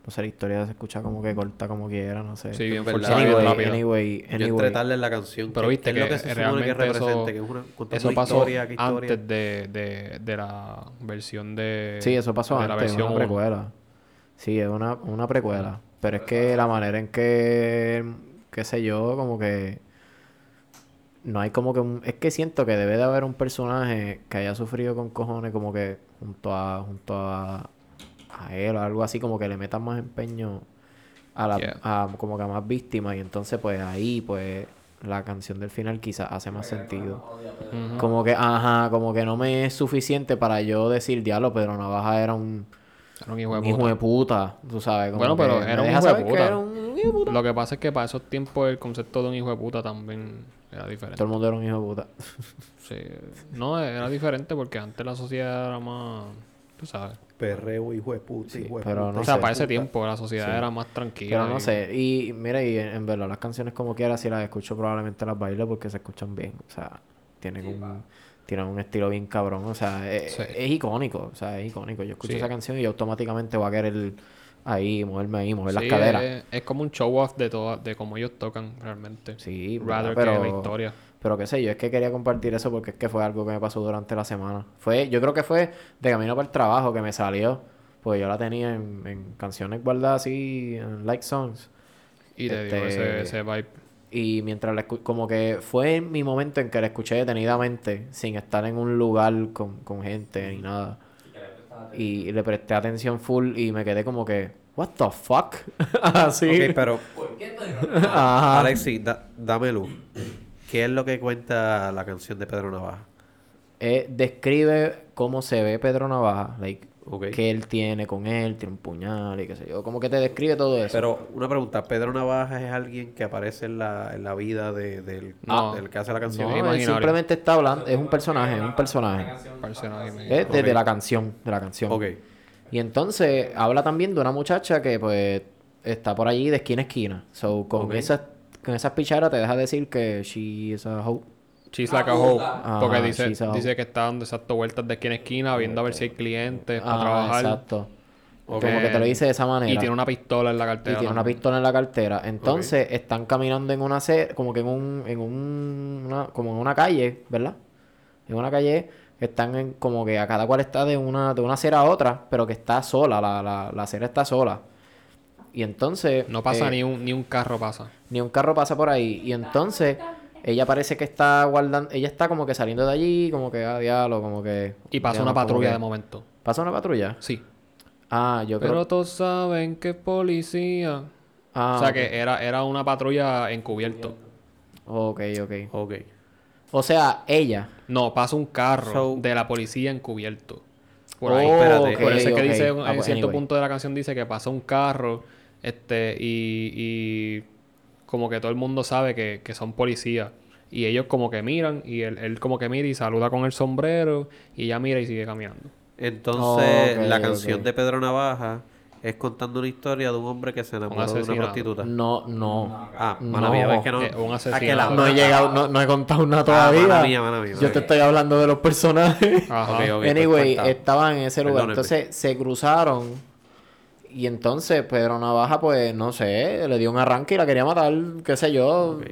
No sé, la historia se escucha como que corta como quiera, no sé. Sí, bien verdad, forzado y bien anyway, rápido. anyway, Yo entré anyway. tarde en la canción. Pero que- viste que es lo que que se supone que realmente eso- representa, que es una contando Eso una pasó historia, qué historia. antes de, de, de la versión de... Sí, eso pasó de antes, es una uno. precuela. Sí, es una, una precuela. Pero es que la manera en que qué sé yo, como que no hay como que un... Es que siento que debe de haber un personaje que haya sufrido con cojones como que junto a junto a, a él o algo así, como que le metan más empeño a la... Yeah. a- como que a más víctimas y entonces pues ahí pues la canción del final quizás hace más sentido. Como que, ajá, como que no me es suficiente para yo decir, diablo, Pedro Navaja era un Era un hijo de un hijo puta. de puta, tú sabes. como Bueno, que pero me era un deja hijo de saber que puta. era un hijo de puta. Lo que pasa es que para esos tiempos el concepto de un hijo de puta también era Todo diferente. el mundo era un hijo de puta. Sí. No, era diferente porque antes la sociedad era más. Tú sabes. Perreo, hijo de puta, Sí, hijo de pero puta. no o sea, sé. para ese tiempo la sociedad era más tranquila. Pero no y- sé, y mira, y en, en verdad las canciones como quiera, si las escucho probablemente las bailo porque se escuchan bien. O sea, tienen, Sí, un, pa. tienen un estilo bien cabrón. O sea, es, Sí. es icónico. O sea, es icónico. Yo escucho Sí. esa canción y yo automáticamente voy a querer ahí, moverme ahí, mover Sí, las caderas. Es, es como un show off de todas, de cómo ellos tocan realmente. Sí, Rather ¿verdad? que la pero, historia. pero qué sé yo, es que quería compartir eso porque es que fue algo que me pasó durante la semana. Fue, yo creo que fue de camino para el trabajo que me salió. Pues yo la tenía en, en canciones guardadas así, en like songs. Y te digo, Este- ese, ese vibe. Y mientras la escu- como que fue mi momento en que la escuché detenidamente, sin estar en un lugar con, con gente ni nada. Y le presté atención full y me quedé como que, what the fuck? *laughs* Así. Ok, pero *laughs* ¿Por qué *laughs* te Ajá. Alexi, da- dame luz. ¿Qué es lo que cuenta la canción de Pedro Navaja? Eh, describe cómo se ve Pedro Navaja, like, Ok. que él tiene con él, tiene un puñal y qué sé yo, como que te describe todo eso. Pero una pregunta, ¿Pedro Navaja es alguien que aparece en la, en la vida de- del, No. del que hace la es canción? no, él imaginario. simplemente está hablando, es un personaje, es un personaje. Personaje Es desde Ok. la canción, de la canción. Ok, Y entonces habla también de una muchacha que pues está por allí de esquina a esquina. So con Ok. esas con esas picharas te deja decir que she is a hoe. She's Ah, like a puta. hoe. Ajá, Porque dice, she's a hoe. dice que está dando exacto vueltas de esquina a esquina, viendo a ver si hay clientes para Ah, trabajar. exacto. Ok. Como que te lo dice de esa manera. Y tiene una pistola en la Y cartera. tiene una también. pistola en la cartera. Entonces están caminando en una se- como que en un, en un una- como en una calle, ¿verdad? En una calle están en, como que a cada cual está de una, de una acera a otra, pero que está sola, la, la, la acera está sola. Y entonces No pasa eh, ni, un, ni un carro pasa. ni un carro pasa por ahí. Y entonces ella parece que está guardando, ella está como que saliendo de allí, como que a diálogo, como que. Y pasa ya una no, como patrulla que- de momento. Pasa una patrulla. Sí. Ah, yo creo. Pero todos saben que es policía. Ah, o sea que era, era una patrulla encubierto. ok, ok. ok. O sea, ella. No, pasa un carro So- de la policía encubierto. Por Oh, ahí. espérate. ok, Por eso es que ok. dice, Ah, en pues, cierto anyway. punto de la canción dice que pasa un carro, este, y, y como que todo el mundo sabe que, que son policías. Y ellos como que miran, y él, él como que mira y saluda con el sombrero, y ella mira y sigue caminando. Entonces, Ok, la ok. canción de Pedro Navaja es contando una historia de un hombre que se enamoró de una asesinato. prostituta. No, no. Ah, No. mala mía, es que no. Eh, un Ah, que la- asesinato. No he llegado, no, no he contado una todavía. Ah, mala mía, mala mía, Yo mala te mía. estoy hablando de los personajes. Ajá. Ok, ok, pues anyway, cuenta. estaban en ese lugar. Perdóneme. Entonces se cruzaron. Y entonces Pedro Navaja, pues no sé, le dio un arranque y la quería matar, qué sé yo. Ok.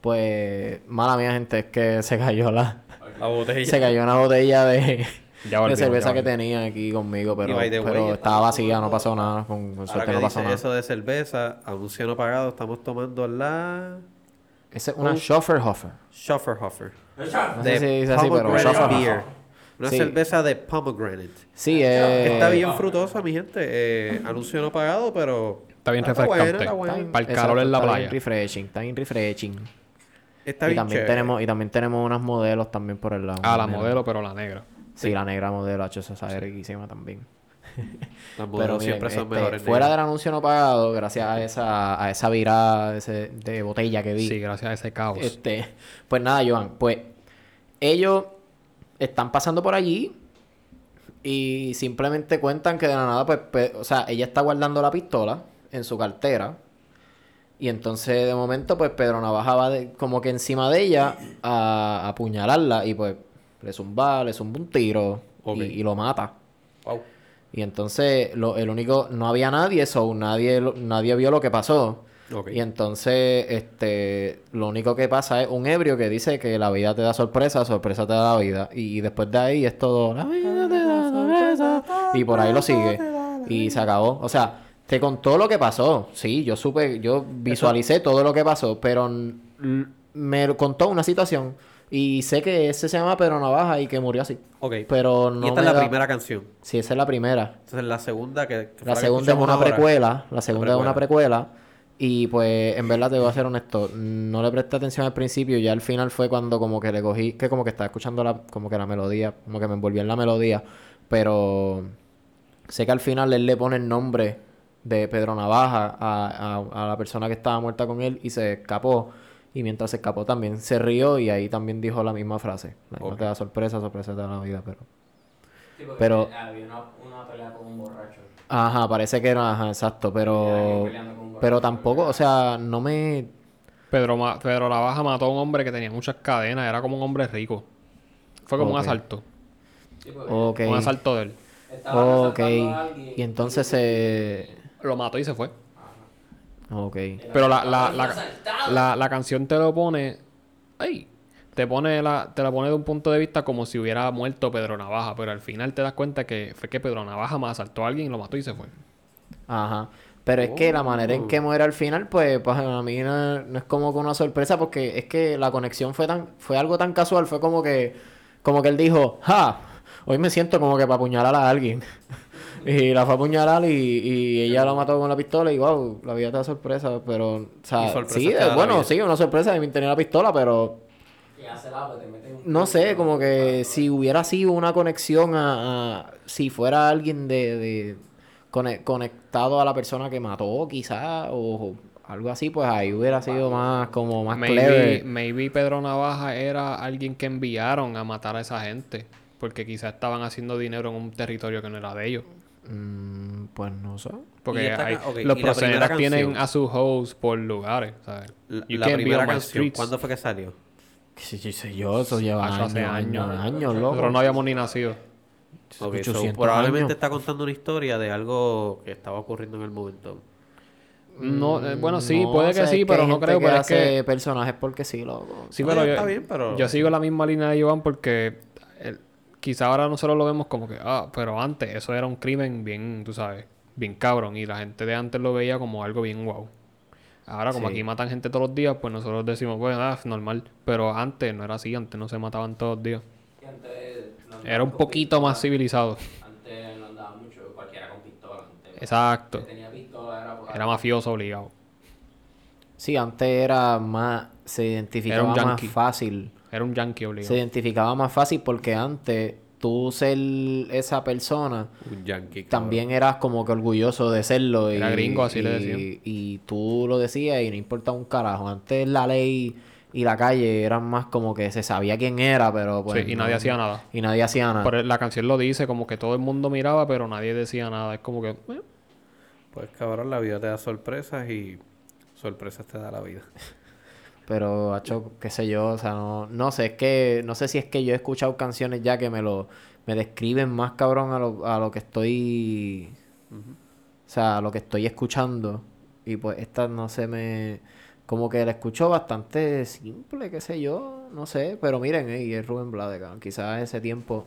Pues, mala mía, gente, es que se cayó la. La botella. Se cayó una botella de, Ya volvimos, de cerveza ya que volvimos. tenía aquí conmigo, pero, Y by the way, pero estamos estaba vacía, no pasó nada. Con, con Ahora suerte que no pasó dice nada. eso de cerveza, anuncio no pagado, estamos tomando la Esa es uh, una Schofferhofer. Schafferhofer. No sé si Ah, dice así, pero pomegranate Schafferhofer. beer. Una Sí. cerveza de pomegranate. Sí, eh, Está bien frutosa, mi gente. Eh, anuncio no pagado, pero. Está bien buena, refrescante. está buena. está bien- Para el exacto, calor en la está playa. Bien refreshing, está bien refreshing. Está y bien también chévere. tenemos y también tenemos unas modelos también por el lado. Ah, la Una modelo, pero la negra. negra. Sí, la negra modelo, hecho esa sabe riquísima también. Las modelos Pero siempre miren, son este, mejores. fuera negras. del anuncio no pagado, gracias a esa a esa virada de, ese- de botella que vi. Sí, gracias a ese caos. Este, pues nada, Joan, pues ellos están pasando por allí y simplemente cuentan que de la nada, pues, pe- o sea, ella está guardando la pistola en su cartera. Y entonces de momento, pues Pedro Navaja va de- como que encima de ella a a apuñalarla y pues le zumba, le zumba un tiro y- Ok. y lo mata. Wow. Y entonces lo- el único, no había nadie, so nadie, lo- nadie vio lo que pasó. Ok. Y entonces, este, lo único que pasa es un ebrio que dice que la vida te da sorpresa, sorpresa te da la vida. Y después de ahí es todo, la vida te da sorpresa. Y por ahí lo sigue. y se acabó. O sea, te contó lo que pasó. Sí, yo supe, yo visualicé todo lo que pasó, pero mm, me contó una situación y sé que ese se llama Pero Navaja y que murió así. Ok. Pero no y esta es me la da- primera canción. Sí, esa es la primera. Entonces la segunda que... que fue La que segunda es escuchamos una ahora. precuela. La segunda es una precuela. Y pues, en verdad, te voy a ser honesto. No le presté atención al principio. Ya al final fue cuando como que le cogí. Que como que estaba escuchando la, como que la melodía. Como que me envolví en la melodía. Pero sé que al final él le pone el nombre de Pedro Navaja a, a- a la persona que estaba muerta con él y se escapó. Y mientras se escapó también se rió y ahí también dijo la misma frase. La misma Ok. te da sorpresa, sorpresa te da la vida, pero... Sí, porque Pero- Había una, una pelea con un borracho. Ajá, parece que era, ajá, exacto, pero... Pero tampoco, o sea, no me... Pedro, Ma- Pedro La Baja mató a un hombre que tenía muchas cadenas, era como un hombre rico. Fue como Ok. un asalto. Ok. Un asalto de él. Ok. Y entonces se... Lo mató y se fue. Ok. Pero la, la, la, la- la canción te lo pone. ¡Ay! Te pone la, te la pone de un punto de vista como si hubiera muerto Pedro Navaja, pero al final te das cuenta que fue que Pedro Navaja más asaltó a alguien, lo mató y se fue. Ajá. Pero es que Oh. la manera en que muere al final, pues, pues a mí no, no es como que una sorpresa porque es que la conexión fue tan fue algo tan casual, fue como que como que él dijo, "Ja, hoy me siento como que para apuñalar a alguien." *laughs* y la fue a apuñalar y, y ella lo mató con la pistola y wow, la vida te da sorpresa, pero o sea, Y sorpresas sí, te da la bueno, vida. sí, una sorpresa de mí tener la pistola, pero Y hace la, pues, te meten un- no sé, como que Ah, si hubiera sido una conexión a, a- si fuera alguien de, de cone- conectado a la persona que mató, quizás, o algo así, pues ahí hubiera sido más como más Maybe, clever. maybe Pedro Navaja era alguien que enviaron a matar a esa gente, porque quizás estaban haciendo dinero en un territorio que no era de ellos. Mm, pues no sé. Y Porque esta ca- hay- ok, los y la primera proceneras tienen canción. a sus hosts por lugares. ¿sabes? La, You la can't be primera on my canción. streets. ¿Cuándo fue que salió? Sí, sí, sí, yo, eso lleva Hace- años, hace años, años. años, Nosotros no loco. habíamos ni nacido. Ok, 800 so, probablemente años. está contando una historia de algo que estaba ocurriendo en el momento. No, eh, bueno, sí, No, puede o que sea, sí, es pero hay no gente creo, que pero es hace que... personajes porque sí, loco. Sí, No, pero ya yo, está bien, pero- yo sigo la misma línea de Jovan porque el- quizá ahora nosotros lo vemos como que, ah, pero antes eso era un crimen bien, tú sabes, bien cabrón y la gente de antes lo veía como algo bien wow. Ahora como Sí. aquí matan gente todos los días, pues nosotros decimos, bueno, ah, normal, pero antes no era así, antes no se mataban todos los días. que antes no Era un andaban con poquito pistola, más civilizado. Antes no andaba mucho, cualquiera con pistola. antes. pues, Exacto. Que tenía pistola era por Era mafioso obligado. Sí, antes era más, se identificaba más yankee. fácil. Era un yankee se obligado. identificaba más fácil porque antes tú ser esa persona Un yankee. cabrón. también eras como que orgulloso de serlo. Era y, gringo, así le y- decían. Y tú lo decías y no importaba un carajo. Antes la ley y la calle eran más como que se sabía quién era, pero pues. Sí, y nadie no- hacía nada. Y nadie hacía nada. Por el- la canción lo dice, como que todo el mundo miraba, pero nadie decía nada. Es como que, eh, Pues cabrón, la vida te da sorpresas y sorpresas te da la vida. Eh, Pero, hecho, qué sé yo, o sea, no, no sé, es que, no sé si es que yo he escuchado canciones ya que me lo, me describen más cabrón a lo, a lo que estoy, o sea, a lo que estoy escuchando. Y pues esta no sé, me, como que la escucho bastante simple, qué sé yo, no sé, pero miren, eh, y es Rubén Blades, cabrón. quizás en ese tiempo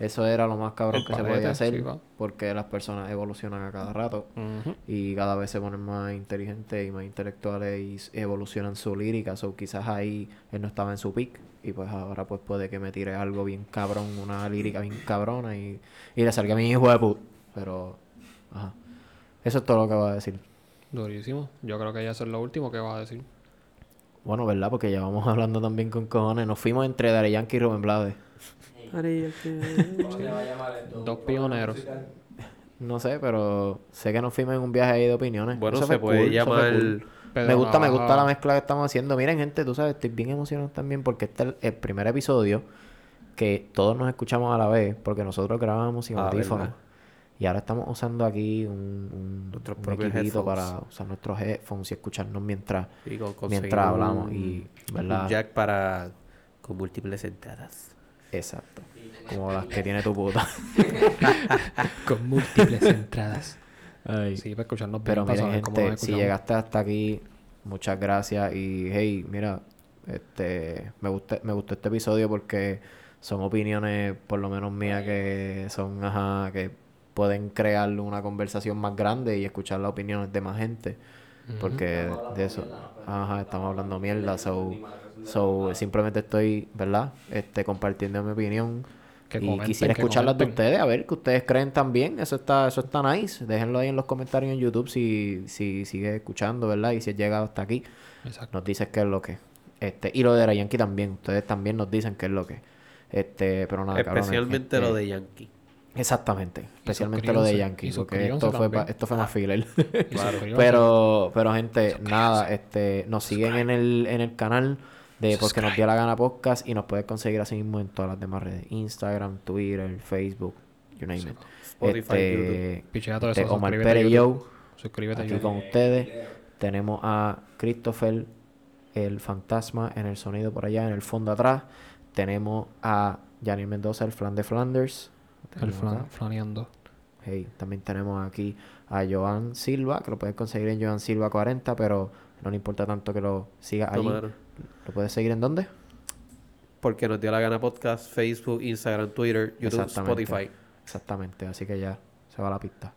eso era lo más cabrón El que se palete, podía hacer, sí, va. porque las personas evolucionan a cada rato ujú. y cada vez se ponen más inteligentes y más intelectuales y s- evolucionan su lírica. O quizás ahí él no estaba en su pick y pues ahora pues puede que me tire algo bien cabrón, una lírica bien cabrona y, y le salga a mi hijo de put. Pero, ajá. Eso es todo lo que voy a decir. Durísimo. Yo creo que ya eso es lo último que vas a decir. Bueno, ¿verdad? Porque ya vamos *laughs* hablando también con cojones. Nos fuimos entre Daddy Yankee y Rubén Blades. ¿Cómo se va a llamar esto? Dos pioneros. Musical. No sé, pero sé que nos fuimos en un viaje ahí de opiniones. Bueno, Eso se fue puede cool, eso fue llamar cool. Pedro me gusta, me Navaja. gusta la mezcla que estamos haciendo. Miren, gente, tú sabes, estoy bien emocionado también porque este es el, el primer episodio que todos nos escuchamos a la vez porque nosotros grabamos sin Ah, audífonos. ¿verdad? Y ahora estamos usando aquí un, un, Nuestros un propios equipito headphones. para usar nuestros headphones y escucharnos mientras, y con- conseguir mientras un- hablamos. Y, un ¿verdad? jack para con múltiples entradas. Exacto. Como las que tiene tu *laughs* puta. Con *laughs* múltiples entradas. Ay. Sí, para escucharnos bien, Pero para miren, saber cómo nos gente, si escuchamos. llegaste hasta aquí, muchas gracias. Y hey, mira, este me gusta, me gustó este episodio porque son opiniones, por lo menos mías, que son, ajá, que pueden crear una conversación más grande y escuchar las opiniones de más gente. Porque de eso, ajá, estamos hablando mierda, so, so simplemente estoy, ¿verdad? Este, compartiendo mi opinión. Que y comenten, quisiera que escucharlas de comenten. ustedes, a ver qué ustedes creen también. Eso está, eso está nice. Déjenlo ahí en los comentarios en YouTube si, si sigue escuchando, ¿verdad? Y si has llegado hasta aquí, Exacto. nos dices qué es lo que. Este, y lo de Rayanki también, ustedes también nos dicen qué es lo que. Este, pero nada, cabrones, Especialmente este, lo de Yankee. Exactamente, especialmente lo de suscríbanse, Yankee, y porque esto suscríbanse fue, pa- también. esto Ah. fue más filler. *laughs* Y suscríbanse. Pero, pero gente, nada, este, nos siguen en el, en el canal de Porque nos dio la gana podcast y nos puedes conseguir así mismo en todas las demás redes, Instagram, Twitter, Facebook, you name it. Spotify, Este, Pichea todo este, eso. Omar suscríbete a Pérez YouTube. Yo, Suscríbete a aquí YouTube. con ustedes. Tenemos a Christopher, el fantasma, en el sonido por allá, en el fondo atrás. Tenemos a Janine Mendoza, el flan de Flanders. El Tenemos acá. flan, flaneando. Hey, también tenemos aquí a Joan Silva, que lo puedes conseguir en Joan Silva 40, pero no le importa tanto que lo sigas allí. ¿Lo puedes seguir en dónde? Porque nos dio la gana podcast, Facebook, Instagram, Twitter, YouTube, Exactamente. Spotify. Exactamente, así que ya se va la pista.